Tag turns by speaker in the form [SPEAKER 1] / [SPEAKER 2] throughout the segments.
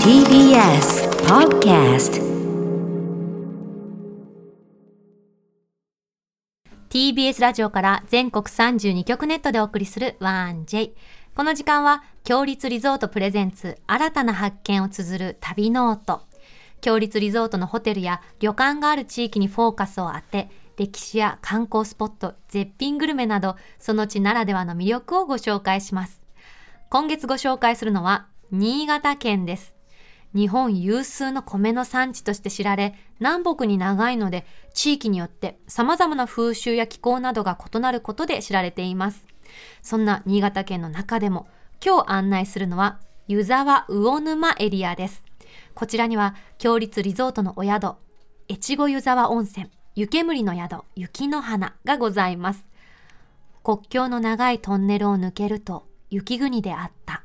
[SPEAKER 1] TBS Podcast
[SPEAKER 2] TBS ラジオから全国32局ネットでお送りする 1J この時間は強立リゾートプレゼンツ新たな発見を綴る旅ノート強立リゾートのホテルや旅館がある地域にフォーカスを当て歴史や観光スポット絶品グルメなどその地ならではの魅力をご紹介します今月ご紹介するのは新潟県です日本有数の米の産地として知られ南北に長いので地域によって様々な風習や気候などが異なることで知られていますそんな新潟県の中でも今日案内するのは湯沢魚沼エリアですこちらには強立リゾートのお宿越後湯沢温泉湯煙の宿雪の花がございます国境の長いトンネルを抜けると雪国であった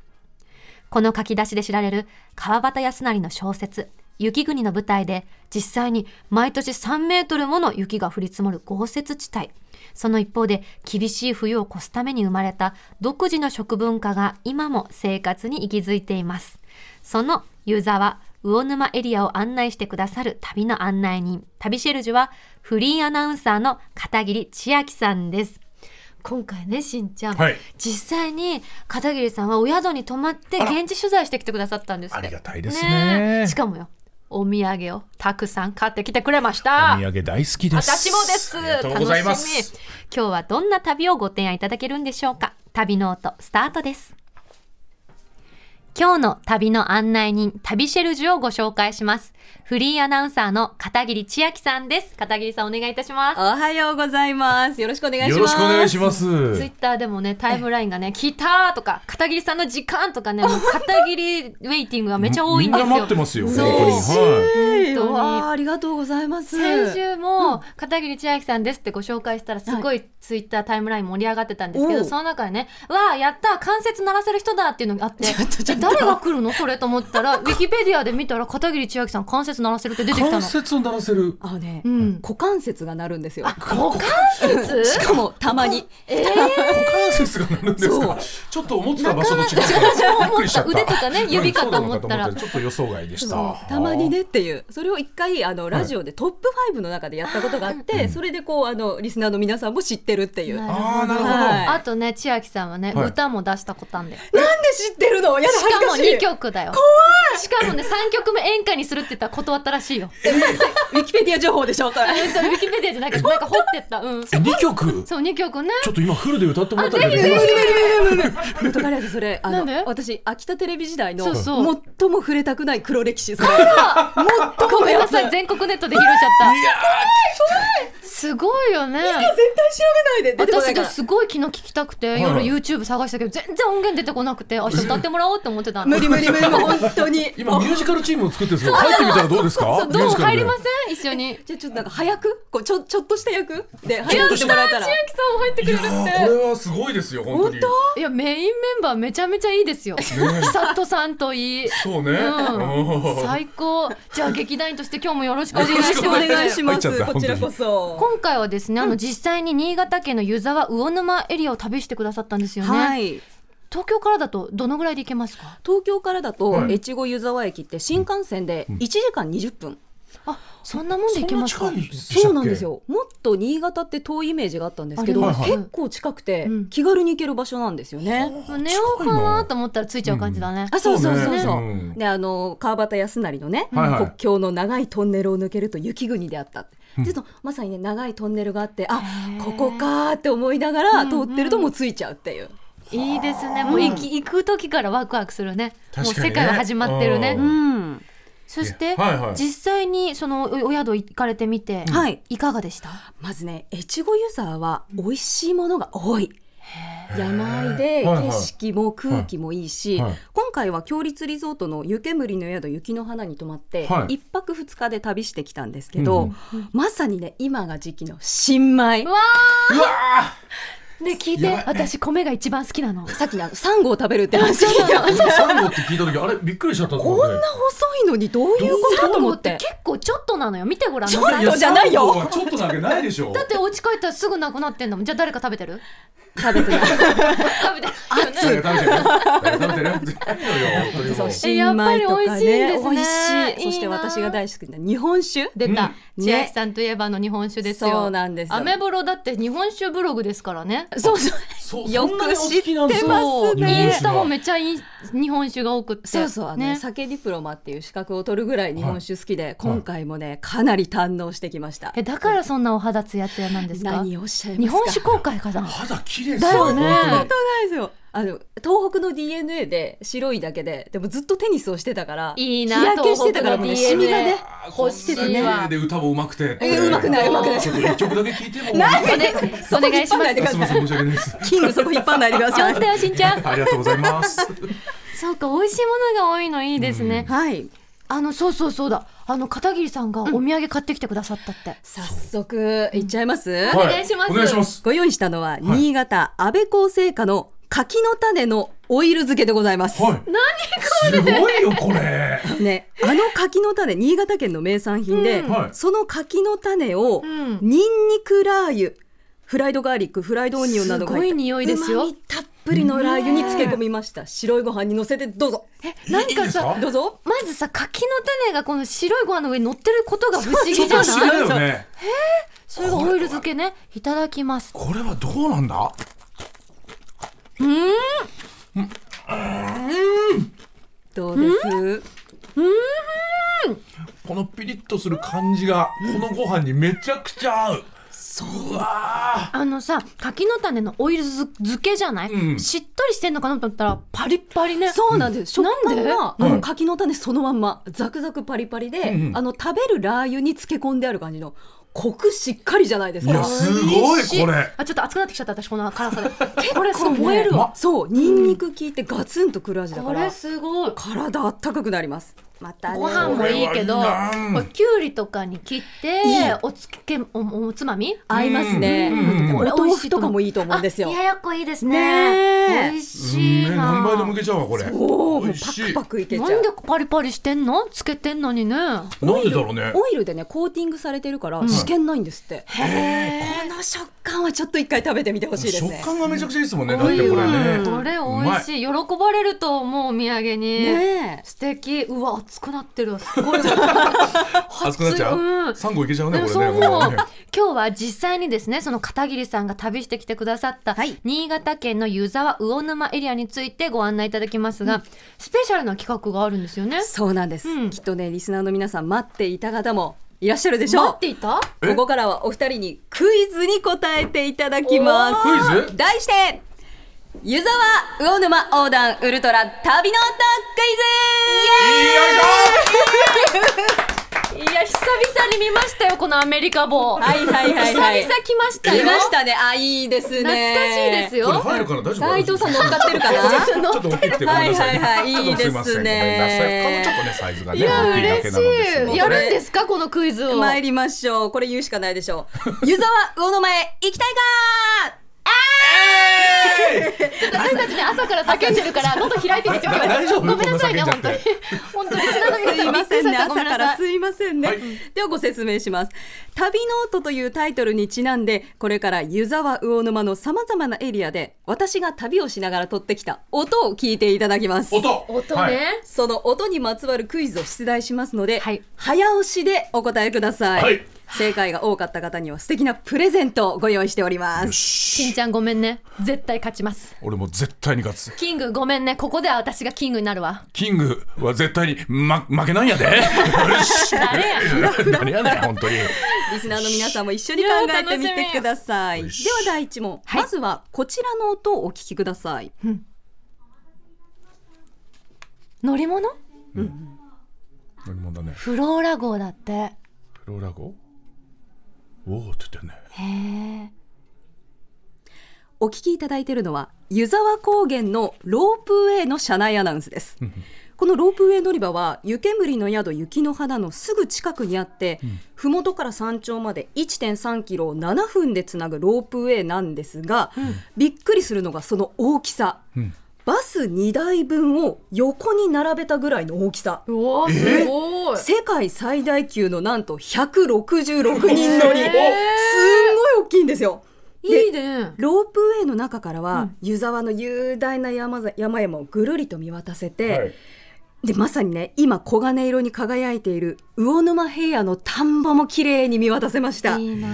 [SPEAKER 2] この書き出しで知られる川端康成の小説雪国の舞台で実際に毎年3メートルもの雪が降り積もる豪雪地帯その一方で厳しい冬を越すために生まれた独自の食文化が今も生活に息づいていますその湯沢魚沼エリアを案内してくださる旅の案内人旅シェルジュはフリーアナウンサーの片桐千秋さんです今回ねしんちゃん、
[SPEAKER 3] はい
[SPEAKER 2] 実際に片桐さんはお宿に泊まって現地取材してきてくださったんですって
[SPEAKER 3] ありがたいですね
[SPEAKER 2] えしかもよお土産をたくさん買ってきてくれまし
[SPEAKER 3] お
[SPEAKER 2] た
[SPEAKER 3] 土産大好きです。
[SPEAKER 2] 私もです
[SPEAKER 3] ありがとうございます
[SPEAKER 2] 楽。しみ今日はどんな旅をご提案いただけるんでしょうか旅ノートスタートです今日の旅の案内人旅シェルジュをご紹介しますフリーアナウンサーの片桐千秋さんです片桐さんお願いいたします
[SPEAKER 4] おはようございます。よろしくお願いします。
[SPEAKER 3] よろしくお願いしま
[SPEAKER 2] ツイッ
[SPEAKER 3] す。
[SPEAKER 2] ターでもねタイムラインがね「来た!」とか「片桐さんの時間!」とか ねもう片桐ウェイティングがめっちゃ多いんですよ。
[SPEAKER 3] みんな待ってますよ。
[SPEAKER 2] そう
[SPEAKER 3] 本当には
[SPEAKER 4] す。
[SPEAKER 2] 本当に
[SPEAKER 4] わあ、ありがとうございます。
[SPEAKER 2] 先週も片桐千秋さんですってご紹介したらすごいツイッタータイムライン盛り上がってたんですけど
[SPEAKER 4] おう
[SPEAKER 2] その中でね「うわあやった関節鳴らせる人だ」っていうのがあ って
[SPEAKER 4] ちょっとちょっと
[SPEAKER 2] 誰が来るのそれと思ったらウィキペディアで見たら片桐千秋さん関節鳴らせるって出
[SPEAKER 3] い。
[SPEAKER 2] てきた
[SPEAKER 3] 関
[SPEAKER 2] の。
[SPEAKER 3] 節を鳴らせる。
[SPEAKER 4] あのね、
[SPEAKER 2] うん、
[SPEAKER 4] 股関節が鳴るんですよ。
[SPEAKER 2] 股関節
[SPEAKER 4] しかもたまに。
[SPEAKER 2] え
[SPEAKER 3] 股関節が鳴るんですか。ちょっと思ってた場所と違った。びっくりしちゃった。
[SPEAKER 2] 腕とかね指かと思ったら
[SPEAKER 3] うんそうなのかと思ちょっと予想外で
[SPEAKER 4] そ
[SPEAKER 3] し
[SPEAKER 4] う
[SPEAKER 3] た。
[SPEAKER 4] たまにねっていうそれを一回あのラジオでトップ5の中でやったことがあって、それでこうあのリスナーの皆さんも知ってるっていう、なんで
[SPEAKER 3] あー。ああなるほど。
[SPEAKER 4] はい
[SPEAKER 2] あとね千秋さんはね、
[SPEAKER 3] はい
[SPEAKER 2] 歌も出したことあんで
[SPEAKER 4] 知ってるのやだ
[SPEAKER 2] しかも
[SPEAKER 4] 恥ず
[SPEAKER 2] 2
[SPEAKER 4] かしい
[SPEAKER 2] 曲だよしかもね3曲目演歌にするって言ったら断ったらしいよ
[SPEAKER 4] ウィキペディア情報でしょそれ
[SPEAKER 2] あれそれウィキペディアじゃなくてなんか掘ってったうん
[SPEAKER 3] え二曲。
[SPEAKER 2] そう2曲ね
[SPEAKER 3] ちょっと今フルで歌ってもらったけど。
[SPEAKER 4] 本当彼それあ
[SPEAKER 2] なんで
[SPEAKER 4] の私秋田テレビ時代の
[SPEAKER 2] そう
[SPEAKER 4] 最
[SPEAKER 2] そう
[SPEAKER 4] も触れたくない黒歴史それ最も
[SPEAKER 2] ごめんな
[SPEAKER 4] やつ
[SPEAKER 2] さい全国ネットで披露しちゃったすごいよね
[SPEAKER 4] 絶対調べないで出てこな
[SPEAKER 2] 私
[SPEAKER 4] いか
[SPEAKER 2] が
[SPEAKER 4] ら
[SPEAKER 2] すごい昨日聞きたくて
[SPEAKER 3] い
[SPEAKER 2] 夜 YouTube 探したけど全然音源出てこなくて明日歌ってもらおうと思ってたの
[SPEAKER 4] 無理無理無理もう本当に
[SPEAKER 3] 今ミュージカルチームを作ってるんですけど入ってみたらどうですか
[SPEAKER 2] そ？うどうも入りま
[SPEAKER 3] ミュージカルで
[SPEAKER 2] せん一緒に
[SPEAKER 4] じゃあちょっとなんか早くこうちょちょっとした役で
[SPEAKER 3] ちょ
[SPEAKER 4] 入
[SPEAKER 3] っ
[SPEAKER 4] っ
[SPEAKER 3] と
[SPEAKER 4] て
[SPEAKER 3] し
[SPEAKER 4] て
[SPEAKER 3] た
[SPEAKER 4] もらえたら
[SPEAKER 2] 千秋さんも入ってくれる
[SPEAKER 3] いやーこれはすごいですよ本当に。
[SPEAKER 2] いやメインメンバーめちゃめちゃいいで すよ久人さんといい
[SPEAKER 3] そうね。
[SPEAKER 2] うん
[SPEAKER 3] うん
[SPEAKER 2] 最高じゃあ劇団員として今日もよろしくお願い
[SPEAKER 4] よろ
[SPEAKER 2] し
[SPEAKER 4] しくお
[SPEAKER 2] ます
[SPEAKER 4] 願いしま
[SPEAKER 3] 入っちゃ
[SPEAKER 4] す
[SPEAKER 3] った
[SPEAKER 4] こちらこそ
[SPEAKER 2] 今回はですね、あの実際に新潟県の湯沢魚沼エリアを旅してくださったんですよね、
[SPEAKER 4] はい
[SPEAKER 2] 東京からだとどのぐらいで行けますか
[SPEAKER 4] 東京からだと
[SPEAKER 3] はい
[SPEAKER 4] 越後湯沢駅って新幹線で1時間20分
[SPEAKER 2] あそんなもんで行けますか
[SPEAKER 3] そんな近いでしたっけ
[SPEAKER 4] そうなんですよもっと新潟って遠いイメージがあったんですけど
[SPEAKER 2] あ
[SPEAKER 3] ります
[SPEAKER 4] 結構近くて
[SPEAKER 2] うん
[SPEAKER 4] 気軽に行ける場所なんですよね
[SPEAKER 2] もう寝ようかなと思ったら着いちゃう感じだね、
[SPEAKER 4] あそうそうそうそう
[SPEAKER 3] そねうん
[SPEAKER 4] うであの川端康成のね
[SPEAKER 3] はいはい
[SPEAKER 4] 国境の長いトンネルを抜けると雪国であったってちょっとまさにね長いトンネルがあってあ
[SPEAKER 2] ー
[SPEAKER 4] ここかーって思いながら通ってるともう着いちゃうっていう
[SPEAKER 2] いいですねもう行き行く時からワクワクするねもう
[SPEAKER 3] 確かにね
[SPEAKER 2] 世界が始まってるね、
[SPEAKER 3] う
[SPEAKER 4] うん
[SPEAKER 2] そして、
[SPEAKER 3] はいはい
[SPEAKER 2] 実際にそのおお宿行かれてみて、
[SPEAKER 4] はい
[SPEAKER 2] いかがでした
[SPEAKER 4] まずね越後湯沢は美味しいものが多い。山あいで
[SPEAKER 3] はいはい
[SPEAKER 4] 景色も空気もいいし、
[SPEAKER 3] はいはい
[SPEAKER 4] 今回は強立リゾートの湯煙の宿雪の花に泊まって、
[SPEAKER 3] はい
[SPEAKER 4] 一泊二日で旅してきたんですけど、
[SPEAKER 3] うん
[SPEAKER 4] まさにね今が時期の新米
[SPEAKER 2] うわ
[SPEAKER 3] うわあ
[SPEAKER 2] ーね聞い
[SPEAKER 3] や
[SPEAKER 2] て
[SPEAKER 3] ばい
[SPEAKER 2] 私米が一番好きなの
[SPEAKER 4] さっきねあのサンゴを食べるって話聞いた
[SPEAKER 3] でもサンゴって聞いた時あれびっくりしちゃったと思
[SPEAKER 4] こ
[SPEAKER 3] うんね
[SPEAKER 4] な細いのにどういうこと
[SPEAKER 2] サ
[SPEAKER 4] と
[SPEAKER 2] ンゴ
[SPEAKER 4] 思
[SPEAKER 2] っ
[SPEAKER 4] ってて
[SPEAKER 2] 結構ちょっとなのよ見てごらんな
[SPEAKER 4] ちょっ
[SPEAKER 2] さい
[SPEAKER 4] とじゃないよ
[SPEAKER 3] サンゴはちょっとなわけないでしょ
[SPEAKER 2] だってお家帰ったらすぐなくなってんだもんじゃあ誰か食べてる
[SPEAKER 4] 食べてない。
[SPEAKER 5] 食べて
[SPEAKER 3] 食べてる食べてる食べてる何よ
[SPEAKER 4] そう
[SPEAKER 3] 本
[SPEAKER 4] 新米とかね
[SPEAKER 2] やっぱり美味しいですね
[SPEAKER 4] 美味しいそして私が大好きな日本酒
[SPEAKER 2] 出た、
[SPEAKER 4] うん
[SPEAKER 2] 千
[SPEAKER 4] ね
[SPEAKER 2] 秋さんといえばの日本酒ですよ
[SPEAKER 4] そうなんですよ
[SPEAKER 2] アメブロだって日本酒ブログですからね
[SPEAKER 4] そうそう
[SPEAKER 3] 当にもう
[SPEAKER 4] よく知ってます
[SPEAKER 2] そう
[SPEAKER 3] 日本酒
[SPEAKER 2] イ
[SPEAKER 3] が
[SPEAKER 2] ンスタもめっちゃいい日本酒が多くって
[SPEAKER 4] そうそうあの、
[SPEAKER 2] ね
[SPEAKER 4] 酒ディプロマっていう資格を取るぐらい日本酒好きで、今回もねかなり堪能してきました
[SPEAKER 2] えだからそんなお肌ツヤツヤなんですか
[SPEAKER 4] 何をおっしゃいますか
[SPEAKER 2] 日本酒公開かな
[SPEAKER 3] 肌綺麗
[SPEAKER 2] だよね
[SPEAKER 3] 本
[SPEAKER 4] な
[SPEAKER 3] 当に
[SPEAKER 4] いですよあの東北の DNA で白いだけででもずっとテニスをしてたから
[SPEAKER 2] いいな
[SPEAKER 4] 日焼けしてたからもうね
[SPEAKER 2] 東
[SPEAKER 4] シ
[SPEAKER 2] 北の
[SPEAKER 4] ミがね
[SPEAKER 2] DNA
[SPEAKER 3] あー
[SPEAKER 2] 欲しいわ
[SPEAKER 3] こんな綺麗で歌も上手くて
[SPEAKER 4] えうまくない上手くない
[SPEAKER 3] ちょっと一曲だけ聞いても
[SPEAKER 4] なん
[SPEAKER 2] おねお願いし
[SPEAKER 4] そこ
[SPEAKER 2] ま
[SPEAKER 4] 引っ張んないでくだ
[SPEAKER 2] す
[SPEAKER 3] すみません申し訳ないです
[SPEAKER 4] キングそこ引っ張んないでくださ
[SPEAKER 2] 上
[SPEAKER 4] い
[SPEAKER 2] 手だよしんちゃん
[SPEAKER 3] ありがとうございます
[SPEAKER 2] そうか美味しいものが多いのいいですね、
[SPEAKER 4] はい
[SPEAKER 2] あのそうそうそうだあの片桐さんがお土産買ってきてくださったって、
[SPEAKER 4] 早速いっちゃいます、
[SPEAKER 3] は
[SPEAKER 2] 願いします
[SPEAKER 3] お願いします
[SPEAKER 4] ご用意したのは新潟安倍厚生課の柿の種のオイル漬けでございます、
[SPEAKER 3] はい何これすごいよこれ
[SPEAKER 4] ね、あの柿の種、新潟県の名産品で、
[SPEAKER 2] うん
[SPEAKER 3] はい
[SPEAKER 4] その柿の種を、
[SPEAKER 2] うん
[SPEAKER 4] ニンニクラー油、フライドガーリック、フライドオニオンなどが入った
[SPEAKER 2] すごい匂いですよ
[SPEAKER 4] 旨味たっぷりのラー油に漬け込みました。白いご飯に乗せてどうぞ。
[SPEAKER 2] なん
[SPEAKER 3] いいん
[SPEAKER 2] か
[SPEAKER 3] ですか
[SPEAKER 2] さ
[SPEAKER 4] どうぞ。
[SPEAKER 2] まずさ柿の種がこの白いご飯の上に乗ってることが不思議じゃ
[SPEAKER 3] ちょ
[SPEAKER 2] な
[SPEAKER 3] っ
[SPEAKER 2] い
[SPEAKER 3] と不思議だよね
[SPEAKER 2] それがオイル漬けねいただきます
[SPEAKER 3] これはどうなんだ
[SPEAKER 4] どうです、
[SPEAKER 3] このピリッとする感じがこのご飯にめちゃくちゃ合うそうわ
[SPEAKER 2] あのさ柿の種のオイル漬けじゃない、
[SPEAKER 3] うん
[SPEAKER 2] しっとりしてんのかなと思ったらパリッパリね
[SPEAKER 4] そうなんです。食
[SPEAKER 2] なん
[SPEAKER 4] 感
[SPEAKER 2] で
[SPEAKER 4] が、あの柿の種そのまんま、ザクザクパリパリで、
[SPEAKER 3] うんうん
[SPEAKER 4] あの食べるラー油に漬け込んである感じの、コクしっかりじゃないです
[SPEAKER 3] いや
[SPEAKER 4] か。
[SPEAKER 3] すごいこれ
[SPEAKER 2] あちょっと熱くなってきちゃった私この辛さでこれすごい燃えるわ、
[SPEAKER 4] そう、ニンニク効いてガツンとくる味だ
[SPEAKER 2] こ
[SPEAKER 4] から。
[SPEAKER 2] れすごい
[SPEAKER 4] 体あったかくなります。またね
[SPEAKER 2] ご飯もいいけど
[SPEAKER 3] こ
[SPEAKER 2] こ
[SPEAKER 3] れはいいな
[SPEAKER 2] れきゅうりとかに切って
[SPEAKER 4] いい
[SPEAKER 2] おつけおおおつまみ
[SPEAKER 4] 合いますね
[SPEAKER 3] うんうんうん。
[SPEAKER 4] お豆腐とかもいいと思うんですよ
[SPEAKER 2] あ。ややこいいです
[SPEAKER 4] ね
[SPEAKER 2] ね
[SPEAKER 4] え
[SPEAKER 2] 美味しい
[SPEAKER 3] ね何
[SPEAKER 2] な
[SPEAKER 3] 倍でもいけちゃうわこれ
[SPEAKER 4] おお、も
[SPEAKER 3] 美
[SPEAKER 4] う
[SPEAKER 3] 味
[SPEAKER 4] パ
[SPEAKER 3] し
[SPEAKER 4] ク
[SPEAKER 3] い
[SPEAKER 4] パクいけちゃ
[SPEAKER 2] なんで
[SPEAKER 4] う。
[SPEAKER 2] パリパリしてんのつけてんのにね
[SPEAKER 3] なんでだろうね
[SPEAKER 4] オイルでね、コーティングされてるから、試験ないんですって。
[SPEAKER 2] へ
[SPEAKER 4] この食感はちょっと一回食べてみてほしいですね
[SPEAKER 3] 食。感がめちゃくちゃいいですもんね
[SPEAKER 2] え
[SPEAKER 3] だってこれね
[SPEAKER 2] これ
[SPEAKER 3] う
[SPEAKER 2] 美
[SPEAKER 3] ま
[SPEAKER 2] 味しい喜ばれると思うお土産に
[SPEAKER 4] ねえ。
[SPEAKER 2] 素敵うわ熱くなってるすごい
[SPEAKER 3] 熱くなっちゃ
[SPEAKER 2] う
[SPEAKER 3] うんサンゴいけちゃう
[SPEAKER 2] で
[SPEAKER 3] ねこ
[SPEAKER 2] も
[SPEAKER 3] れ
[SPEAKER 2] そう
[SPEAKER 3] ね
[SPEAKER 2] 思う
[SPEAKER 3] これね
[SPEAKER 2] 今日は実際にですねその片桐さんが旅してきてくださった、
[SPEAKER 4] はい
[SPEAKER 2] 新潟県の湯沢魚沼エリアについてご案内いただきますが、スペシャルな企画があるんですよね
[SPEAKER 4] そうなんです、
[SPEAKER 2] うん
[SPEAKER 4] きっとね、リスナーの皆さん待っていた方もいらっしゃるでしょう。
[SPEAKER 2] 待っていた
[SPEAKER 3] え
[SPEAKER 4] ここからはお二人にクイズに答えていただきます。
[SPEAKER 3] おークイズ
[SPEAKER 4] 題して、湯沢魚沼横断ウルトラ旅の
[SPEAKER 2] いや久々に見ましたよこのアメリカ帽
[SPEAKER 4] 音クイズイエーイはいはいはいはい。
[SPEAKER 2] 久々来ましたよ
[SPEAKER 4] 来ましたね。あ、いいです
[SPEAKER 2] 懐
[SPEAKER 4] ね。
[SPEAKER 2] かしいです
[SPEAKER 3] いいよこれ
[SPEAKER 2] よ
[SPEAKER 3] 入るから大丈夫
[SPEAKER 4] 斉藤さん乗っかってるかな
[SPEAKER 3] ちょっと大きくてごめんなさいね。
[SPEAKER 4] はいはいはいいいですね
[SPEAKER 3] ちょっとすいませんごめんなさい。顔ちょっとねサイズがね
[SPEAKER 2] いや
[SPEAKER 3] 大きいだ
[SPEAKER 2] 嬉
[SPEAKER 3] け
[SPEAKER 2] し
[SPEAKER 3] なのですけど
[SPEAKER 2] いやるんですかこのクイズを
[SPEAKER 4] 参りましょう。これ言うしかないでしょう。湯沢魚沼へ行きたいか
[SPEAKER 2] 私たちね朝から叫んでるから喉開いてみてくださ
[SPEAKER 3] だ大
[SPEAKER 2] い
[SPEAKER 3] 丈夫
[SPEAKER 2] ごめんなさいね
[SPEAKER 3] こんな
[SPEAKER 2] 本
[SPEAKER 3] 叫ん
[SPEAKER 2] 当
[SPEAKER 3] じゃ
[SPEAKER 2] に
[SPEAKER 3] っ
[SPEAKER 2] 本当に砂の皆
[SPEAKER 4] す
[SPEAKER 2] さ
[SPEAKER 4] い
[SPEAKER 2] んび
[SPEAKER 4] ま
[SPEAKER 2] っく
[SPEAKER 4] せ
[SPEAKER 2] り
[SPEAKER 4] ん
[SPEAKER 2] させ
[SPEAKER 4] ね。
[SPEAKER 2] た
[SPEAKER 4] 朝
[SPEAKER 2] ごめん
[SPEAKER 4] か
[SPEAKER 2] な
[SPEAKER 4] ら
[SPEAKER 2] さい
[SPEAKER 4] すいませんね。
[SPEAKER 3] はい
[SPEAKER 4] ではご説明します。旅ノートというタイトルにちなんで、これから湯沢魚沼の様々なエリアで、私が旅をしながら撮ってきた音を聞いていただきます。
[SPEAKER 3] 音。
[SPEAKER 2] 音
[SPEAKER 3] はい
[SPEAKER 2] ね
[SPEAKER 4] その音にまつわるクイズを出題しますので、
[SPEAKER 2] はい
[SPEAKER 4] 早押しでお答えください,、
[SPEAKER 3] はい
[SPEAKER 4] 正解が多かった方には素敵なプレゼントをご用意しておりま
[SPEAKER 3] よ
[SPEAKER 4] す。
[SPEAKER 2] しん
[SPEAKER 3] し。
[SPEAKER 2] ちゃんごめんね絶対勝ちます
[SPEAKER 3] 俺もう絶対に勝つ。
[SPEAKER 2] キングごめんねここでは私がキングになるわ
[SPEAKER 3] キングは絶対に、ま、負けないんやで。よし。
[SPEAKER 2] 誰や
[SPEAKER 3] 何やねん、本当に。
[SPEAKER 4] リスナーの皆さんも一緒に考えてみてください。
[SPEAKER 3] い
[SPEAKER 4] では
[SPEAKER 3] やー楽しみ
[SPEAKER 4] 第一問、まずはこちらの音をお聞きください。
[SPEAKER 2] 乗り物
[SPEAKER 3] 何もんだね。
[SPEAKER 2] フローラ号だって
[SPEAKER 3] フローラゴおおって言ってんね。
[SPEAKER 4] お聞きいただいているのは湯沢高原のロープウェイの車内アナウンスです。このロープウェイ乗り場は湯煙の宿雪の花のすぐ近くにあって、麓から山頂まで1.3キロを7分でつなぐロープウェイなんですが、びっくりするのがその大きさ、バス2台分を横に並べたぐらいの大きさ
[SPEAKER 2] うわすごい
[SPEAKER 4] 世界最大級のなんと166人乗り、
[SPEAKER 2] え
[SPEAKER 4] すん
[SPEAKER 2] ー
[SPEAKER 4] ごい大きいんですよ
[SPEAKER 2] いいね。
[SPEAKER 4] ロープウェイの中からは、湯沢の雄大な山ざ山々をぐるりと見渡せて、
[SPEAKER 3] はい
[SPEAKER 4] でまさにね今黄金色に輝いている魚沼平野の田んぼも綺麗に見渡せました。
[SPEAKER 2] いいな。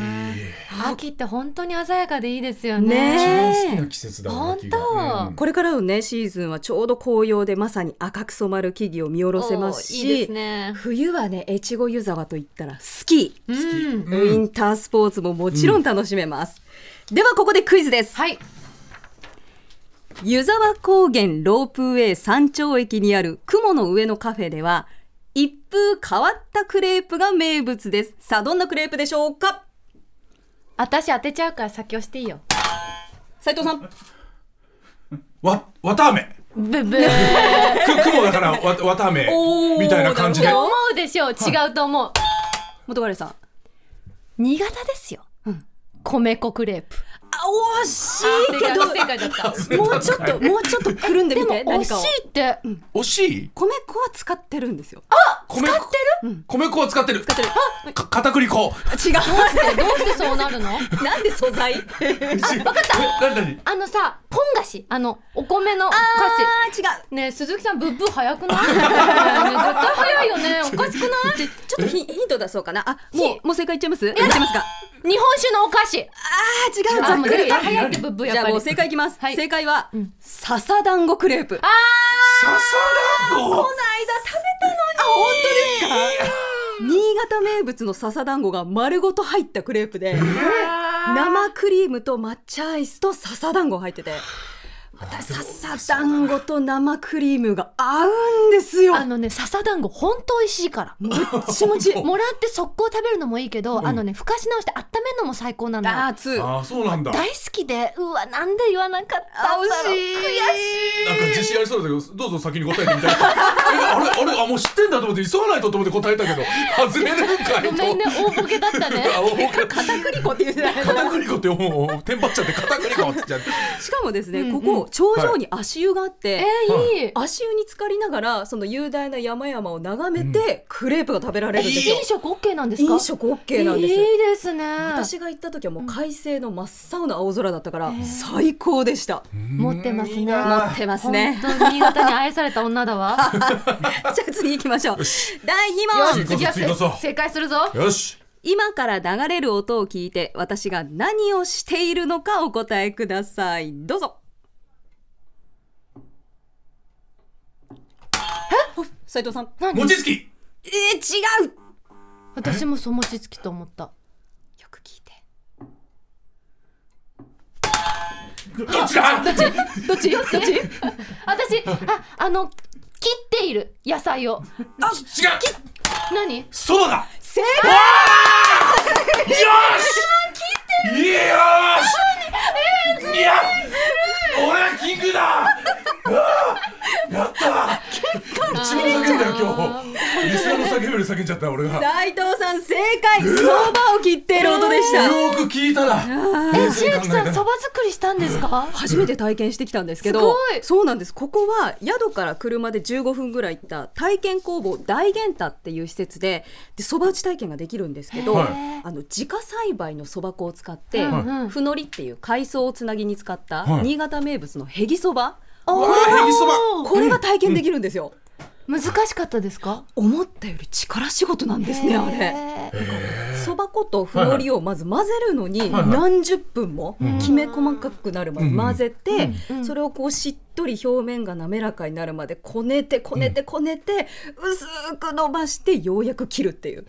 [SPEAKER 2] 秋って本当に鮮やかでいいですよね。
[SPEAKER 4] ねえ
[SPEAKER 3] 好きな季節だわ
[SPEAKER 2] 本当
[SPEAKER 3] 秋がうん
[SPEAKER 4] これからのねシーズンはちょうど紅葉でまさに赤く染まる木々を見下ろせますし
[SPEAKER 2] おーいいですね。
[SPEAKER 4] 冬はね越後湯沢といったらスキー、
[SPEAKER 2] うん。
[SPEAKER 3] うん
[SPEAKER 4] ウィンタースポーツももちろん楽しめます、ではここでクイズです
[SPEAKER 2] はい。
[SPEAKER 4] 湯沢高原ロープウェイ山頂駅にある雲の上のカフェでは一風変わったクレープが名物ですさあどんなクレープでしょうか
[SPEAKER 2] 私当てちゃうから先押していいよ。
[SPEAKER 4] 斉藤さん
[SPEAKER 3] わわたあめ
[SPEAKER 2] ブブー。
[SPEAKER 3] く雲だからわわたあめ
[SPEAKER 4] おー
[SPEAKER 3] みたいな感じ
[SPEAKER 2] って
[SPEAKER 3] で
[SPEAKER 2] 思うでしょう。違うと思う。
[SPEAKER 4] 元彼さんあ
[SPEAKER 2] 新潟ですよ。米粉クレープ。
[SPEAKER 4] 惜しい
[SPEAKER 2] 正
[SPEAKER 4] け
[SPEAKER 2] 解
[SPEAKER 4] ど
[SPEAKER 2] 不正解だった。
[SPEAKER 4] もうちょっともうちょっとくるんでみて
[SPEAKER 2] でも惜
[SPEAKER 4] 何
[SPEAKER 2] し
[SPEAKER 4] かを
[SPEAKER 2] いって。
[SPEAKER 3] 惜しい
[SPEAKER 4] 米粉は使ってるんですよ
[SPEAKER 3] 米粉使ってる米粉を使ってる
[SPEAKER 4] 使ってる
[SPEAKER 3] か片栗粉
[SPEAKER 4] あ違う
[SPEAKER 2] どうしてそうなるの？
[SPEAKER 4] なんで素材
[SPEAKER 3] 分かった何
[SPEAKER 2] あのさ、ポン菓子、あのお米のお菓子。
[SPEAKER 4] 違う
[SPEAKER 2] ねえ鈴木さんブッブー 早くない？ねえ絶対早いよね。おかしくない？
[SPEAKER 4] ちょっとヒヒント出そうかな。あ、もう、もう正解いっちゃいますいっちゃいますか。
[SPEAKER 2] 日本酒のお菓子。
[SPEAKER 4] あー、違う、
[SPEAKER 2] あ
[SPEAKER 4] ざっ
[SPEAKER 2] もう
[SPEAKER 4] く
[SPEAKER 2] 絶
[SPEAKER 4] り。
[SPEAKER 2] 対早いってブッブー
[SPEAKER 4] じ
[SPEAKER 2] や
[SPEAKER 4] ゃ
[SPEAKER 2] っ
[SPEAKER 4] あ
[SPEAKER 2] ぱ
[SPEAKER 4] も
[SPEAKER 2] り
[SPEAKER 4] う。正解いきます。
[SPEAKER 2] はい
[SPEAKER 4] 正解は、笹団子クレープ。あ、
[SPEAKER 3] 笹団子
[SPEAKER 4] 本当ですか新潟名物の笹団子が丸ごと入ったクレープで、生クリームと抹茶アイスと笹団子入ってて、また笹団子と生クリームが合うんですよ。
[SPEAKER 2] あのね笹団子本当美味しいから。
[SPEAKER 4] もっち もち。
[SPEAKER 2] もらって速攻食べるのもいいけど、あのねふかし直して温めるのも最高なのよ。
[SPEAKER 4] あー、つー。
[SPEAKER 3] ああそうなんだなんか
[SPEAKER 2] 大好きでうわなんで言わなかったんだろう
[SPEAKER 4] 惜しい
[SPEAKER 3] 自信ありそうだけどどうぞ先に答えてみたいえあれあれあもう知ってんだと思って急がないとと思って答えたけど外れるんかいと
[SPEAKER 2] ごめんね大ボケだったね
[SPEAKER 3] あお片
[SPEAKER 4] 片栗粉って言ってない。
[SPEAKER 3] 栗粉ってもうテンパっちゃって片栗粉って言っちゃって
[SPEAKER 4] しかもですね、ここ、頂上に足湯があって、
[SPEAKER 2] えー、いい
[SPEAKER 4] 足湯に浸かりながらその雄大な山々を眺めて、クレープが食べられるんですよ
[SPEAKER 2] 飲。食 OK なんですか
[SPEAKER 4] 飲食 OK なんです。
[SPEAKER 2] いいですね
[SPEAKER 4] 私が行った時はもう快晴の真っ青な青空だったから最高でした。
[SPEAKER 2] 持ってますね
[SPEAKER 3] いいな
[SPEAKER 4] 持ってますね。
[SPEAKER 2] 本当に新潟に愛された女だ わ
[SPEAKER 4] じゃあ次行きましょう。第
[SPEAKER 2] よ
[SPEAKER 4] 2
[SPEAKER 2] し
[SPEAKER 4] 問。
[SPEAKER 2] 次はせ
[SPEAKER 3] 次こそ
[SPEAKER 2] 正解するぞ
[SPEAKER 3] よし
[SPEAKER 4] 今から流れる音を聞いて私が何をしているのかお答えください。どうぞ。え？斉藤さん。
[SPEAKER 2] 何
[SPEAKER 3] 餅つき
[SPEAKER 4] えー、違う。
[SPEAKER 2] 私もそう餅つきと思った
[SPEAKER 4] よく聞いて。
[SPEAKER 3] どっちだ
[SPEAKER 2] どっちどっち 私ああの切っている野菜を
[SPEAKER 3] あ違う
[SPEAKER 2] 何
[SPEAKER 3] そばだ
[SPEAKER 4] 正解
[SPEAKER 3] よしいやよしいや俺はキングだあーやった一番叫んだよ今日リスナーの叫びより叫んじゃった俺がよ
[SPEAKER 4] 斉藤さん正解そばを切っている音でした、
[SPEAKER 3] ーく聞いたら
[SPEAKER 2] え
[SPEAKER 3] 冷静
[SPEAKER 2] 千秋
[SPEAKER 3] に考え
[SPEAKER 2] さん
[SPEAKER 3] た
[SPEAKER 2] そ
[SPEAKER 3] ら
[SPEAKER 2] ば作りしたんですか
[SPEAKER 4] 初めて体験してきたんですけど
[SPEAKER 2] すごい
[SPEAKER 4] そうなんですここは宿から車で15分ぐらい行った体験工房大元太っていう施設ででそば打ち体験ができるんですけど、
[SPEAKER 3] へ
[SPEAKER 2] ー
[SPEAKER 4] あの自家栽培のそば粉を使って、
[SPEAKER 2] うんうん
[SPEAKER 4] ふのりっていう海藻をつなぎに使った、
[SPEAKER 3] はい
[SPEAKER 4] 新潟名物のへぎそば
[SPEAKER 2] お
[SPEAKER 3] わあへぎそば
[SPEAKER 4] これが体験できるんですよ、
[SPEAKER 2] 難しかったですか
[SPEAKER 4] 思ったより力仕事なんですねあれ。
[SPEAKER 2] へー
[SPEAKER 4] そば粉とふのりをまず混ぜるのに
[SPEAKER 3] はい
[SPEAKER 4] 何十分もきめ細かくなるまで混ぜて
[SPEAKER 2] うん
[SPEAKER 4] それをこうしっとり表面が滑らかになるまでこねてこねてこねて薄く伸ばしてようやく切るっていう。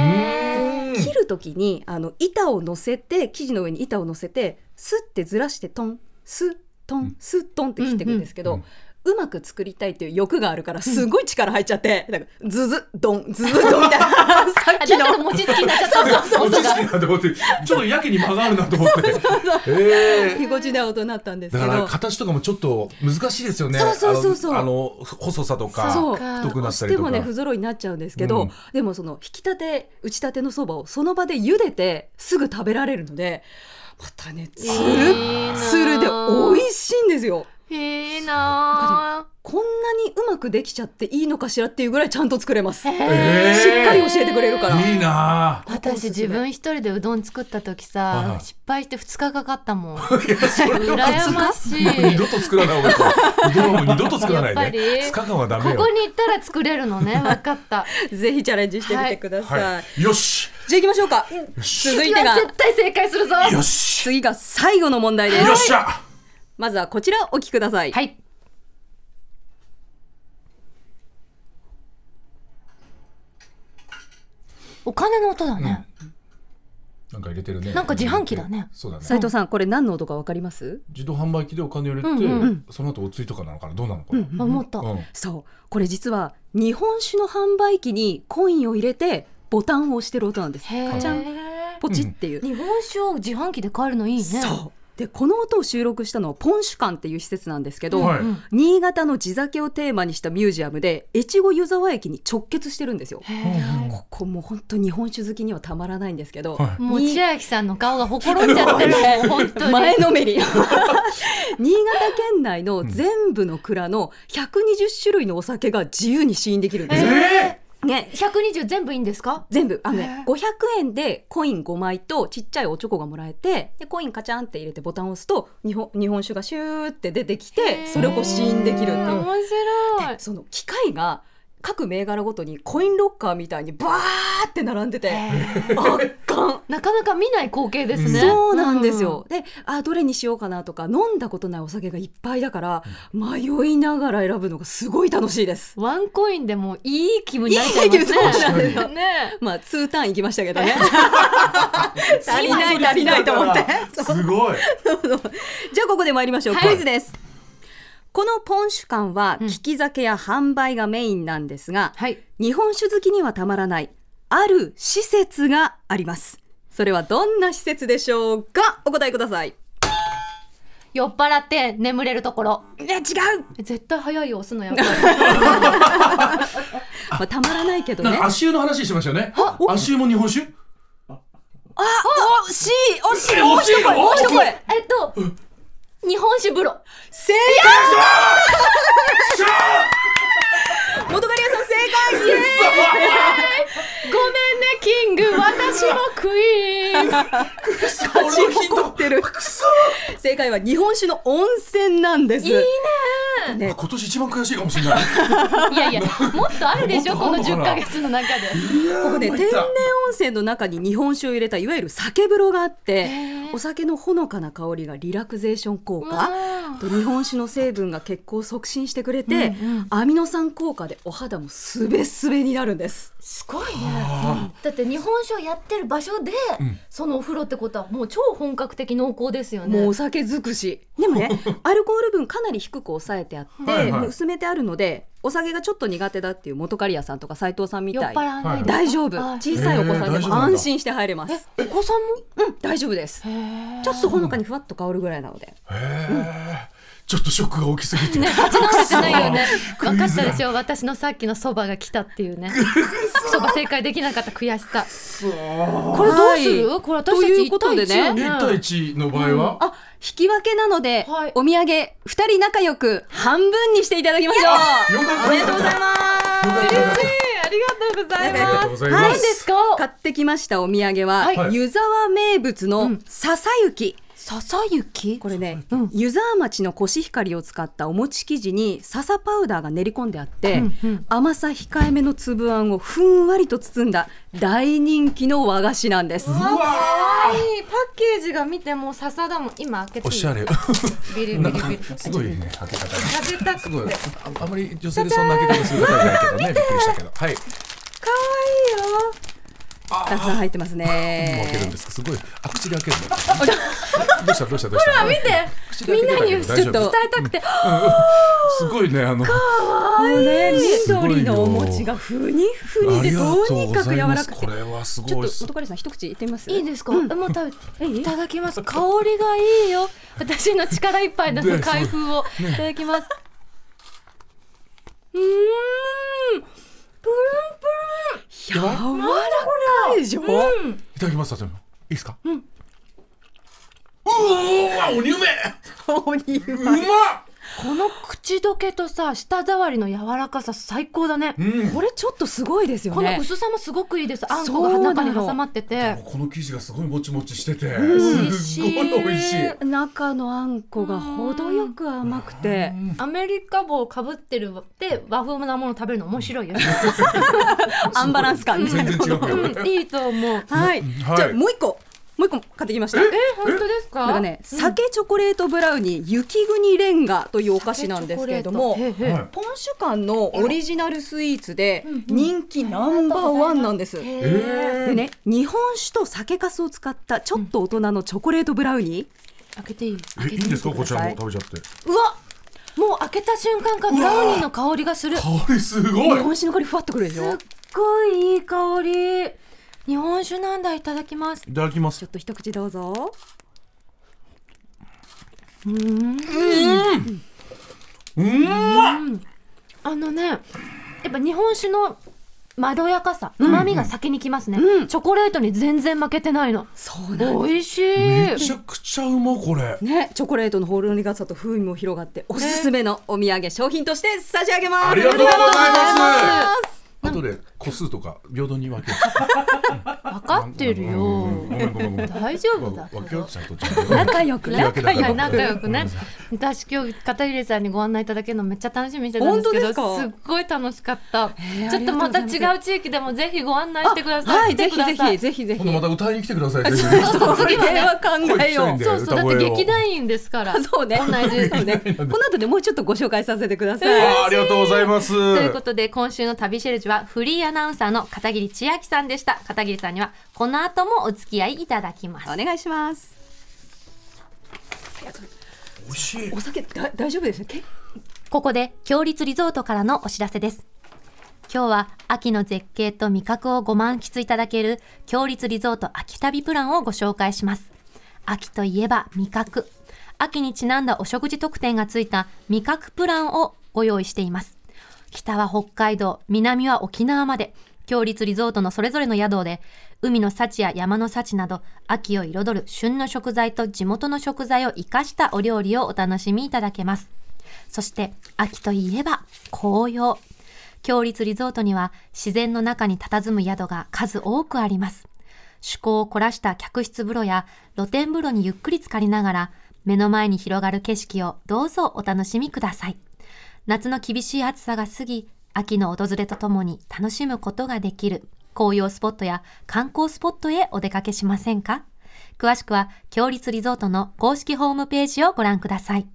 [SPEAKER 2] へ
[SPEAKER 4] 切る時にあの板を乗せて生地の上に板を乗せてスッてずらしてトンスットンスットンって切っていくんですけど、うまく作りたいという欲があるからすごい力入っちゃって、なんかズズドンズズドンみたいなさっ
[SPEAKER 2] あ
[SPEAKER 4] き
[SPEAKER 2] だ
[SPEAKER 4] の
[SPEAKER 2] から餅つきになっちゃった
[SPEAKER 3] 餅つきなんて思ってちょっとやけに間があるなと思ってえー
[SPEAKER 4] ぎこちない音になったんです
[SPEAKER 3] だ
[SPEAKER 4] け
[SPEAKER 3] から
[SPEAKER 4] ど。
[SPEAKER 3] 形とかもちょっと難しいですよね
[SPEAKER 4] そうそうそうそう
[SPEAKER 3] あのあの細さとか
[SPEAKER 4] そう
[SPEAKER 3] 太くなった
[SPEAKER 4] し
[SPEAKER 3] り
[SPEAKER 4] て
[SPEAKER 3] と
[SPEAKER 4] も
[SPEAKER 3] か
[SPEAKER 4] ね不揃いになっちゃうんですけど、
[SPEAKER 3] うん
[SPEAKER 4] でもその引き立て打ち立てのそばをその場で茹でてすぐ食べられるのでまたねつるっつるで美味しいんですよ
[SPEAKER 2] いいな
[SPEAKER 4] こんなにうまくできちゃっていいのかしらっていうぐらいちゃんと作れます、
[SPEAKER 3] えー
[SPEAKER 4] しっかり教えてくれるから、
[SPEAKER 3] いいなあ
[SPEAKER 2] 私自分一人でうどん作った時
[SPEAKER 3] はいは
[SPEAKER 2] さ
[SPEAKER 3] い
[SPEAKER 2] 失敗して2日かかったもん
[SPEAKER 3] いやそれ
[SPEAKER 2] 羨まし
[SPEAKER 3] 二
[SPEAKER 2] い
[SPEAKER 3] 度と作らない方がいいと思ううどんはもう二度と作らないで、
[SPEAKER 2] やっぱり
[SPEAKER 3] ね、使うのはダメ
[SPEAKER 2] こ
[SPEAKER 3] よ
[SPEAKER 2] こに行ったら作れるのね分かった
[SPEAKER 4] ぜひチャレンジしてみてください、
[SPEAKER 3] はい、よし
[SPEAKER 4] じゃあ行きましょうか続いてが
[SPEAKER 2] 次は絶対正解するぞ
[SPEAKER 3] よし
[SPEAKER 4] 次が最後の問題です
[SPEAKER 3] よっしゃ
[SPEAKER 4] まずはこちらお聞きください、
[SPEAKER 2] はいお金の音だね、
[SPEAKER 3] なんか入れてるね
[SPEAKER 2] なんか自販機だね
[SPEAKER 3] そうだね
[SPEAKER 4] 斉藤さんこれ何の音かわかります
[SPEAKER 3] 自動販売機でお金を入れて、
[SPEAKER 2] うんう
[SPEAKER 3] その後お釣りとかなのかなどうなのかな、うん
[SPEAKER 2] あ思った、
[SPEAKER 4] そうこれ実は日本酒の販売機にコインを入れてボタンを押してる音なんです
[SPEAKER 2] へ
[SPEAKER 4] カチャン
[SPEAKER 2] え
[SPEAKER 4] ポチっていう、
[SPEAKER 2] 日本酒を自販機で買えるのいいね
[SPEAKER 4] そうでこの音を収録したのはポン酒館っていう施設なんですけど、
[SPEAKER 3] はい
[SPEAKER 2] うん
[SPEAKER 4] 新潟の地酒をテーマにしたミュージアムで越後湯沢駅に直結してるんですよ。
[SPEAKER 2] へえ
[SPEAKER 4] ここもう本当日本酒好きにはたまらないんですけど、
[SPEAKER 3] はい
[SPEAKER 2] もう千秋さんの顔がほころんじゃってるもん本当に
[SPEAKER 4] 前のめ り新潟県内の全部の蔵の120種類のお酒が自由に試飲できるんですよ。
[SPEAKER 3] え
[SPEAKER 4] ね、
[SPEAKER 2] 120全部いいんですか
[SPEAKER 4] 全部あの、
[SPEAKER 2] へ
[SPEAKER 4] ね
[SPEAKER 2] え、
[SPEAKER 4] 500円でコイン5枚とちっちゃいおチョコがもらえてでコインカチャンって入れてボタンを押すと日本日本酒がシューって出てき
[SPEAKER 2] へえ
[SPEAKER 4] てそれをこう試飲できるっていう。
[SPEAKER 2] 面白い
[SPEAKER 4] その機械が各銘柄ごとにコインロッカーみたいにバーって並んでて圧巻
[SPEAKER 2] なかなか見ない光景ですね
[SPEAKER 4] そうなんですよ、であどれにしようかなとか飲んだことないお酒がいっぱいだから迷いながら選ぶのがすごい楽しいです
[SPEAKER 2] うんワンコインでもいい気分になっちゃいますね
[SPEAKER 4] いい気分そうなんです
[SPEAKER 2] よね
[SPEAKER 4] まあ2ターンいきましたけ どね足りない足りないと思って
[SPEAKER 3] すごい
[SPEAKER 4] じゃあここで参りましょう、
[SPEAKER 2] はい
[SPEAKER 4] クイズですこのポン酒館は利き酒や販売がメインなんですが、
[SPEAKER 2] はい
[SPEAKER 4] 日本酒好きにはたまらないある施設がありますそれはどんな施設でしょうかお答えください
[SPEAKER 2] 酔っ払って眠れるところ
[SPEAKER 4] いや違う、
[SPEAKER 2] 絶対早いよ押す のやっぱり
[SPEAKER 4] まあ、たまらないけど
[SPEAKER 3] なん
[SPEAKER 4] ね
[SPEAKER 3] か足湯の話してましたよね足湯も日本酒
[SPEAKER 4] お惜しい惜しい
[SPEAKER 3] え
[SPEAKER 4] もう
[SPEAKER 3] 惜しい
[SPEAKER 4] 一声
[SPEAKER 3] の
[SPEAKER 4] もう一声
[SPEAKER 2] えっと日本酒風呂
[SPEAKER 4] 正
[SPEAKER 3] しゃ
[SPEAKER 4] 解元狩屋さん正解
[SPEAKER 2] ごめんねキング私もクイーン
[SPEAKER 3] ー俺のヒン
[SPEAKER 4] 残
[SPEAKER 3] ト
[SPEAKER 4] ってる
[SPEAKER 3] くそ
[SPEAKER 4] 正解は日本酒の温泉なんですいいね
[SPEAKER 3] ー今年一番悔しいかもしれ ない
[SPEAKER 2] いやいやもっとあるでしょこの
[SPEAKER 3] もっとあ
[SPEAKER 2] 10ヶ
[SPEAKER 3] るのかな
[SPEAKER 2] 月の中で
[SPEAKER 4] ここね
[SPEAKER 3] も
[SPEAKER 4] 天
[SPEAKER 3] う行っ
[SPEAKER 4] 然
[SPEAKER 3] た
[SPEAKER 4] 温泉の中に日本酒を入れたいわゆる酒風呂があって
[SPEAKER 2] へー
[SPEAKER 4] お酒のほのかな香りがリラクゼーション効
[SPEAKER 2] う
[SPEAKER 4] 果
[SPEAKER 2] わ
[SPEAKER 4] あと日本酒の成分が血行を促進してくれて、
[SPEAKER 2] うんうん
[SPEAKER 4] アミノ酸効果でお肌もすべすべになるんです
[SPEAKER 2] すごいねだって日本酒をやってる場所で、そのお風呂ってことはもう超本格的濃厚ですよね
[SPEAKER 4] もうお酒尽くしでもねアルコール分かなり低く抑えてあって、
[SPEAKER 3] はいはい
[SPEAKER 4] もう薄めてあるのでお酒がちょっと苦手だっていう元刈谷さんとか斉藤さんみ
[SPEAKER 2] 酔った
[SPEAKER 4] い
[SPEAKER 2] 払わないで
[SPEAKER 4] 大丈夫
[SPEAKER 2] あ
[SPEAKER 4] 小さいお子さん
[SPEAKER 3] へ
[SPEAKER 4] でも
[SPEAKER 3] ー大丈夫なんだ
[SPEAKER 4] 安心して入れます
[SPEAKER 2] お子さん
[SPEAKER 4] うん大丈夫です
[SPEAKER 2] も
[SPEAKER 4] ちょっとほのかにふわっと香るぐらいなので
[SPEAKER 3] へーちょっとショックが大きすぎて
[SPEAKER 2] ね立ち直れてないよね
[SPEAKER 3] そう
[SPEAKER 2] 分かったでしょ私のさっきのそばが来たっていうねそば正解できなかった悔しさこれどうする、
[SPEAKER 4] はい
[SPEAKER 2] これ私たち
[SPEAKER 4] ということでね
[SPEAKER 2] 一対一
[SPEAKER 3] 一
[SPEAKER 2] よ
[SPEAKER 3] 対一の場合は
[SPEAKER 4] あ引き分けなので、
[SPEAKER 2] はい
[SPEAKER 4] お土産2人仲良く半分にしていただきましょう
[SPEAKER 3] よかった
[SPEAKER 4] おめでとうございます
[SPEAKER 3] よかったよかった
[SPEAKER 2] ありがとうござい
[SPEAKER 3] ありが
[SPEAKER 2] ま
[SPEAKER 3] とう
[SPEAKER 2] す
[SPEAKER 3] ござい
[SPEAKER 2] 何
[SPEAKER 3] ま
[SPEAKER 2] です
[SPEAKER 3] す
[SPEAKER 2] か
[SPEAKER 4] 買ってきましたお土産は、
[SPEAKER 2] はい
[SPEAKER 4] 湯沢名物の笹雪、
[SPEAKER 2] 笹雪
[SPEAKER 4] これね、
[SPEAKER 2] うん
[SPEAKER 4] 湯沢町のコシヒカリを使ったお餅生地に笹パウダーが練り込んであって、
[SPEAKER 2] うんうん
[SPEAKER 4] 甘さ控えめの粒あんをふんわりと包んだ大人気の和菓子なんです。
[SPEAKER 3] うわ
[SPEAKER 2] 可愛いパッケージが見てもう笹だもん今開けて
[SPEAKER 3] ーお
[SPEAKER 2] いい
[SPEAKER 3] しゃれ
[SPEAKER 2] ビリビリ
[SPEAKER 3] な
[SPEAKER 2] ビリ
[SPEAKER 3] すごいね開け方が
[SPEAKER 2] 食べた
[SPEAKER 3] すごいああまり女性でそんな開け方する方いないけどねびっくりしたけどはい
[SPEAKER 2] 可愛いよ
[SPEAKER 4] たくさん入ってます
[SPEAKER 3] もう開けるん
[SPEAKER 4] ね
[SPEAKER 3] で。すかすごいあ口で開け るのどうしたどうしたどうしたほら見て
[SPEAKER 2] みんなにちょっと伝えたくて
[SPEAKER 3] すごいねあの
[SPEAKER 4] もうね
[SPEAKER 3] すごいよ
[SPEAKER 4] 緑のお餅がふにふに
[SPEAKER 3] あ
[SPEAKER 4] で
[SPEAKER 3] りがと
[SPEAKER 4] と
[SPEAKER 3] う
[SPEAKER 4] に
[SPEAKER 3] ご
[SPEAKER 4] かく
[SPEAKER 3] ざ
[SPEAKER 4] 柔
[SPEAKER 3] いま
[SPEAKER 4] ら
[SPEAKER 3] す
[SPEAKER 4] かく
[SPEAKER 3] こ
[SPEAKER 4] て。
[SPEAKER 3] れはす
[SPEAKER 4] ちょっ
[SPEAKER 3] ごい
[SPEAKER 4] と元刈さん一口いってみます。
[SPEAKER 2] いいですか、
[SPEAKER 4] うん
[SPEAKER 2] もう食べ
[SPEAKER 4] いい
[SPEAKER 2] いただきます香りがいいよ私の力いっぱいの
[SPEAKER 3] で
[SPEAKER 2] 開封をいただき ます、うーんプ
[SPEAKER 4] 柔らかいでしょ。
[SPEAKER 3] いただきますさいいですかうんうおわ鬼うめ
[SPEAKER 4] お肉
[SPEAKER 3] うまっ
[SPEAKER 5] この口どけとさ舌触りの柔らかさ最高だね、
[SPEAKER 3] うん
[SPEAKER 4] これちょっとすごいですよ
[SPEAKER 5] この
[SPEAKER 4] ね。
[SPEAKER 5] 薄さもすごくいいですあんこ
[SPEAKER 4] そうな
[SPEAKER 5] が中
[SPEAKER 4] の
[SPEAKER 5] に挟まってて
[SPEAKER 3] この生地がすごいもちもちしてて、
[SPEAKER 5] ん
[SPEAKER 3] すっごい美味しい。
[SPEAKER 4] 中のあんこが程よく甘くて、
[SPEAKER 5] アメリカ帽をかぶってるって和風なものを食べるの面白いよね、
[SPEAKER 4] アンバランス感
[SPEAKER 3] 全然違うよ。
[SPEAKER 5] うん、いいと思う
[SPEAKER 4] はい。
[SPEAKER 3] はい
[SPEAKER 4] じゃあもう一個、もう一個買ってきました。
[SPEAKER 5] え本当ですか
[SPEAKER 4] なんかね、酒チョコレートブラウニー雪国レンガというお菓子なんですけれども
[SPEAKER 5] チョコレートへーへー
[SPEAKER 3] はい
[SPEAKER 4] ポンシュ館のオリジナルスイーツで
[SPEAKER 5] んうん
[SPEAKER 4] 人気ナンバーワンなんです。
[SPEAKER 5] へ
[SPEAKER 4] で
[SPEAKER 5] ー
[SPEAKER 3] えー
[SPEAKER 4] ね、日本酒と酒粕を使ったちょっと大人のチョコレートブラウニ
[SPEAKER 5] 開けていい
[SPEAKER 3] え、いいんですかこちらも食べちゃって。
[SPEAKER 5] うわもう開けた瞬間からブラウニーの香りがするすっ
[SPEAKER 3] 香りす
[SPEAKER 4] ー、
[SPEAKER 3] ごい
[SPEAKER 4] 日。本酒の香りふわっとくるでしょ。
[SPEAKER 5] ごいいい香り日本酒なんだいただきます
[SPEAKER 3] いただきま
[SPEAKER 4] ち
[SPEAKER 3] す
[SPEAKER 4] ょっ。と一口どうぞ。
[SPEAKER 3] うんまっ。
[SPEAKER 5] あのねやっぱ日本酒のまどやかさ旨味が先にきますね、
[SPEAKER 4] うん
[SPEAKER 5] チョコレートに全然負けてないの
[SPEAKER 4] そうなん
[SPEAKER 5] 美味しい
[SPEAKER 3] めちゃくちゃうまこれ。
[SPEAKER 4] ね、チョコレートのほろ苦さと風味も広がっておすすめのお土産商品として差し上げます。。
[SPEAKER 3] ありがとうございますあとで個数とか平等に分ける。
[SPEAKER 5] 分かってる
[SPEAKER 3] う
[SPEAKER 5] よ
[SPEAKER 3] んごめんごめんごめん。
[SPEAKER 5] 大丈夫だ
[SPEAKER 3] わ分けようちゃんとちゃ んと。
[SPEAKER 4] 仲良くね
[SPEAKER 3] 分け分
[SPEAKER 5] 仲
[SPEAKER 3] け分け
[SPEAKER 5] 仲良くね私今日片入さんにご案内いただけるのめっちゃ楽しみにしてたんですけど
[SPEAKER 4] 本当です
[SPEAKER 5] っごい楽しかった
[SPEAKER 4] えー
[SPEAKER 5] ちょっとまた
[SPEAKER 4] ありがとうござ
[SPEAKER 5] 違
[SPEAKER 4] い
[SPEAKER 5] う地域でもぜひご案内してください
[SPEAKER 4] は
[SPEAKER 5] 来
[SPEAKER 4] い、
[SPEAKER 5] て
[SPEAKER 4] ぜ
[SPEAKER 5] く
[SPEAKER 4] ひぜ
[SPEAKER 5] ださ
[SPEAKER 4] ひ
[SPEAKER 5] い
[SPEAKER 4] ぜひぜひ。
[SPEAKER 3] 今度また歌いに来てください。ぜひ
[SPEAKER 4] 次は考えよ
[SPEAKER 3] ひ
[SPEAKER 4] う。
[SPEAKER 5] そうそうだって劇団員ですから
[SPEAKER 4] あそうね。
[SPEAKER 5] 同じ
[SPEAKER 4] そうね。この後でもうちょっとご紹介させてください。
[SPEAKER 3] あありがとうございます。
[SPEAKER 2] ということで、今週の旅シェルジュはフリーアナウンサーの片桐千秋さんでした。片桐さんには、この後もお付き合いいただきます。
[SPEAKER 4] お願いします。
[SPEAKER 3] 美味しい
[SPEAKER 4] お。酒だ大丈夫ですか？
[SPEAKER 2] ここで、強立リゾートからのお知らせです。今日は秋の絶景と味覚をご満喫いただける強立リゾート秋旅プランをご紹介します。秋といえば味覚。秋にちなんだお食事特典がついた味覚プランをご用意しています。北は北海道、南は沖縄まで、強立リゾートのそれぞれの宿で、海の幸や山の幸など、秋を彩る旬の食材と地元の食材を生かしたお料理をお楽しみいただけます。そして、秋といえば紅葉。強立リゾートには自然の中に佇む宿が数多くあります。趣向を凝らした客室風呂や露天風呂にゆっくり浸かりながら、目の前に広がる景色をどうぞお楽しみください。夏の厳しい暑さが過ぎ、秋の訪れとともに楽しむことができる紅葉スポットや観光スポットへお出かけしませんか詳しくは、強立リゾートの公式ホームページをご覧ください。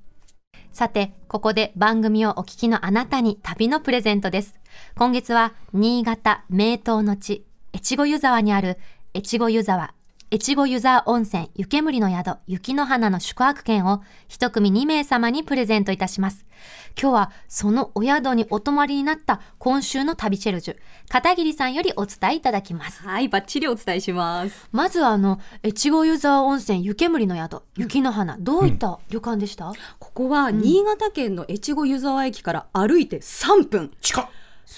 [SPEAKER 2] さて、ここで番組をお聞きのあなたに旅のプレゼントです。今月は、新潟名湯の地、越後湯沢にある、越後湯沢、越後湯沢温泉湯煙の宿、雪の花の宿泊券を一組2名様にプレゼントいたします。今日は、そのお宿にお泊まりになった今週の旅シェルジュ、片桐さんよりお伝えいただきます。
[SPEAKER 4] はい、バッチリお伝えします。
[SPEAKER 2] まずはあの越後湯沢温泉湯煙の宿雪の花、どういった旅館でした、
[SPEAKER 4] ここは新潟県の越後湯沢駅から歩いて3分。
[SPEAKER 3] 近っ。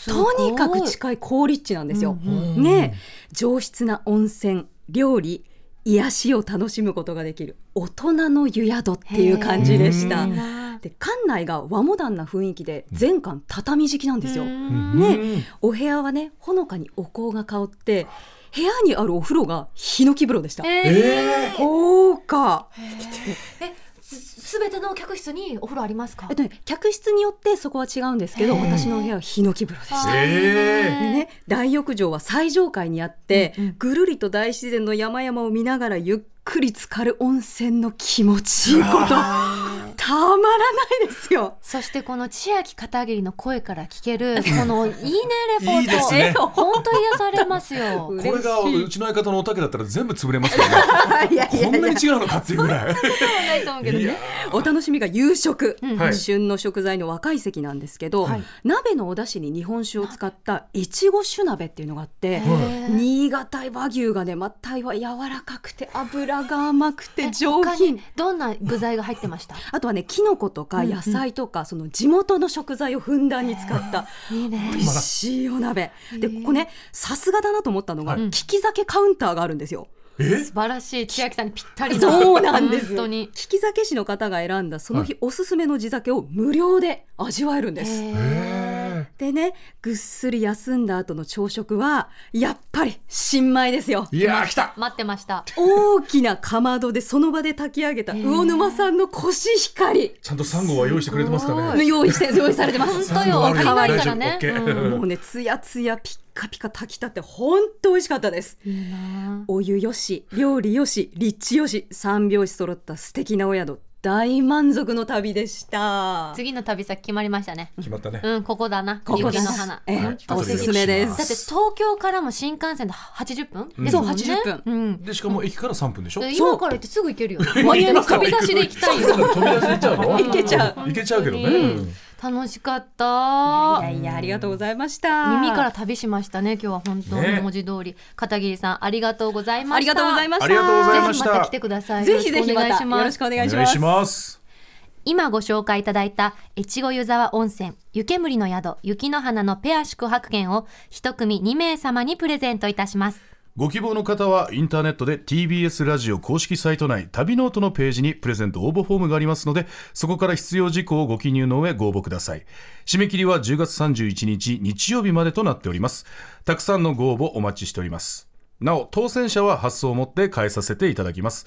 [SPEAKER 4] とにかく近い好立地なんですよ。ねえ上質な温泉、料理、癒しを楽しむことができる大人の湯宿っていう感じでした。で館内が和モダンな雰囲気で全館畳敷きなんですよ。ねお部屋はねほのかにお香が香って部屋にあるお風呂がヒノキ風呂でした。
[SPEAKER 3] ええ。
[SPEAKER 4] そうか、
[SPEAKER 5] すべての客室にお風呂ありますか
[SPEAKER 4] えっとね、客室によってそこは違うんですけど私のお部屋はヒノキ風呂でした。
[SPEAKER 3] え
[SPEAKER 4] でね、大浴場は最上階にあって、ぐるりと大自然の山々を見ながらゆっくり浸かる温泉の気持ちいいことたまらないです よ。
[SPEAKER 2] そしてこの千秋片桐の声から聞け るこのいいねレポート
[SPEAKER 3] いいですね
[SPEAKER 2] 本当癒されますよ
[SPEAKER 4] う
[SPEAKER 3] え。
[SPEAKER 4] ん
[SPEAKER 3] これが
[SPEAKER 4] 嬉しいう
[SPEAKER 3] ちの相方のおたけだったら全部潰れますからね。
[SPEAKER 4] いやい
[SPEAKER 3] こ
[SPEAKER 4] や
[SPEAKER 3] ん
[SPEAKER 4] い
[SPEAKER 3] な
[SPEAKER 4] や
[SPEAKER 3] に違うのかっていうぐらい。
[SPEAKER 2] ないと思うけど
[SPEAKER 3] いや
[SPEAKER 2] ね
[SPEAKER 4] お楽しみが夕食、
[SPEAKER 3] はい
[SPEAKER 4] 旬の食材の若い席なんですけど、鍋のお出汁に日本酒を使ったいちご酒鍋っていうのがあって。新潟和牛がねまたは柔らかくて脂が甘くて上
[SPEAKER 2] 他
[SPEAKER 4] 品
[SPEAKER 2] にどんな具材が入ってました
[SPEAKER 4] あとはねキノコとか野菜とか、その地元の食材をふんだんに使った
[SPEAKER 2] いいね
[SPEAKER 4] 美味しいお鍋でここねさすがだなと思ったのが、
[SPEAKER 3] はい
[SPEAKER 4] 利き酒カウンターがあるんですよ。
[SPEAKER 6] え
[SPEAKER 2] 素晴らしい千秋さんにぴったりな
[SPEAKER 4] そうなんです
[SPEAKER 2] 本当に
[SPEAKER 4] 利き酒師の方が選んだその日おすすめの地酒を無料で味わえるんです、
[SPEAKER 6] え
[SPEAKER 4] でねぐっすり休んだ後の朝食はやっぱり新米ですよ
[SPEAKER 6] ー、いやー来た
[SPEAKER 2] 待ってました
[SPEAKER 4] 大きなかまどでその場で炊き上げた魚沼産のコシヒカリ
[SPEAKER 6] ちゃんとサンゴは用意してくれてますか
[SPEAKER 4] の
[SPEAKER 6] ね
[SPEAKER 4] 用意して用意されてます
[SPEAKER 6] サンゴある
[SPEAKER 2] 当
[SPEAKER 6] よ
[SPEAKER 2] た
[SPEAKER 6] 大
[SPEAKER 2] り
[SPEAKER 6] 丈
[SPEAKER 2] 前から
[SPEAKER 6] 夫
[SPEAKER 2] ね
[SPEAKER 6] OK
[SPEAKER 4] もうねつやつやピッカピカ炊きたてほんと美味しかったです
[SPEAKER 2] いいな
[SPEAKER 4] お湯よし料理よし立地よし三拍子揃った素敵なお宿大満足の旅でした
[SPEAKER 2] あ次の旅先決まりましたね
[SPEAKER 6] 決まったね
[SPEAKER 2] うんここだな
[SPEAKER 4] ここです
[SPEAKER 2] 雪の花
[SPEAKER 4] ええ
[SPEAKER 6] はい
[SPEAKER 4] おすすめで
[SPEAKER 2] だっ
[SPEAKER 4] す
[SPEAKER 2] て東京からも新幹線で80分、
[SPEAKER 6] うん
[SPEAKER 2] ですも
[SPEAKER 4] そ
[SPEAKER 2] んね
[SPEAKER 4] う80
[SPEAKER 2] うん
[SPEAKER 6] でしかも駅から3分でしょ
[SPEAKER 2] で
[SPEAKER 6] 飛
[SPEAKER 2] 今から行ってすぐ行けるよ
[SPEAKER 6] 今
[SPEAKER 2] 今
[SPEAKER 6] から
[SPEAKER 2] 飛
[SPEAKER 6] 行く
[SPEAKER 2] び出しで行きたいよ
[SPEAKER 6] び出し行っちゃうの
[SPEAKER 4] 行けちゃう
[SPEAKER 6] 行けちゃうけどね、
[SPEAKER 2] う
[SPEAKER 6] うん
[SPEAKER 2] 楽しかった
[SPEAKER 4] いやいやありがとうございました
[SPEAKER 2] 耳から旅しましたね今日は本当に
[SPEAKER 6] ね
[SPEAKER 2] 文字通り、片桐さんありがとうございました
[SPEAKER 4] ありがとうございました
[SPEAKER 6] ありがとうございまし
[SPEAKER 2] ぜひ
[SPEAKER 6] た
[SPEAKER 2] また来てください
[SPEAKER 4] ぜひぜひ
[SPEAKER 2] よろ
[SPEAKER 4] また
[SPEAKER 2] しくお願いし
[SPEAKER 4] よ
[SPEAKER 2] ま
[SPEAKER 4] ろ
[SPEAKER 2] す
[SPEAKER 4] しくお
[SPEAKER 6] お
[SPEAKER 4] 願
[SPEAKER 6] 願
[SPEAKER 4] い
[SPEAKER 6] い
[SPEAKER 4] します
[SPEAKER 6] します
[SPEAKER 2] 今ご紹介いただいた越後湯沢温泉湯煙の宿雪の花のペア宿泊券を一組2名様にプレゼントいたします
[SPEAKER 3] ご希望の方はインターネットで TBS ラジオ公式サイト内旅ノートのページにプレゼント応募フォームがありますのでそこから必要事項をご記入の上ご応募ください締め切りは10月31日日曜日までとなっておりますたくさんのご応募お待ちしておりますなお当選者は発送をもって返させていただきます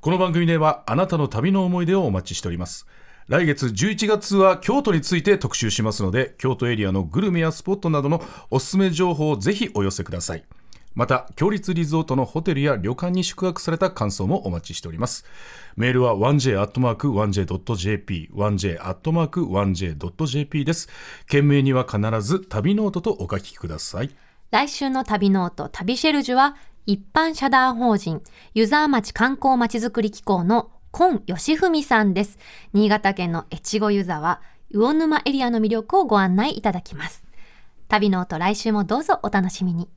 [SPEAKER 3] この番組ではあなたの旅の思い出をお待ちしております来月11月は京都について特集しますので京都エリアのグルメやスポットなどのおすすめ情報をぜひお寄せくださいまた強立リゾートのホテルや旅館に宿泊された感想もお待ちしておりますメールは 1j.1j.jp 1j.1j.jp です件名には必ず旅ノートとお書きください
[SPEAKER 2] 来週の旅ノート旅シェルジュは一般社団法人湯沢町観光まちづくり機構の今義文さんです新潟県の越後湯沢魚沼エリアの魅力をご案内いただきます旅ノート来週もどうぞお楽しみに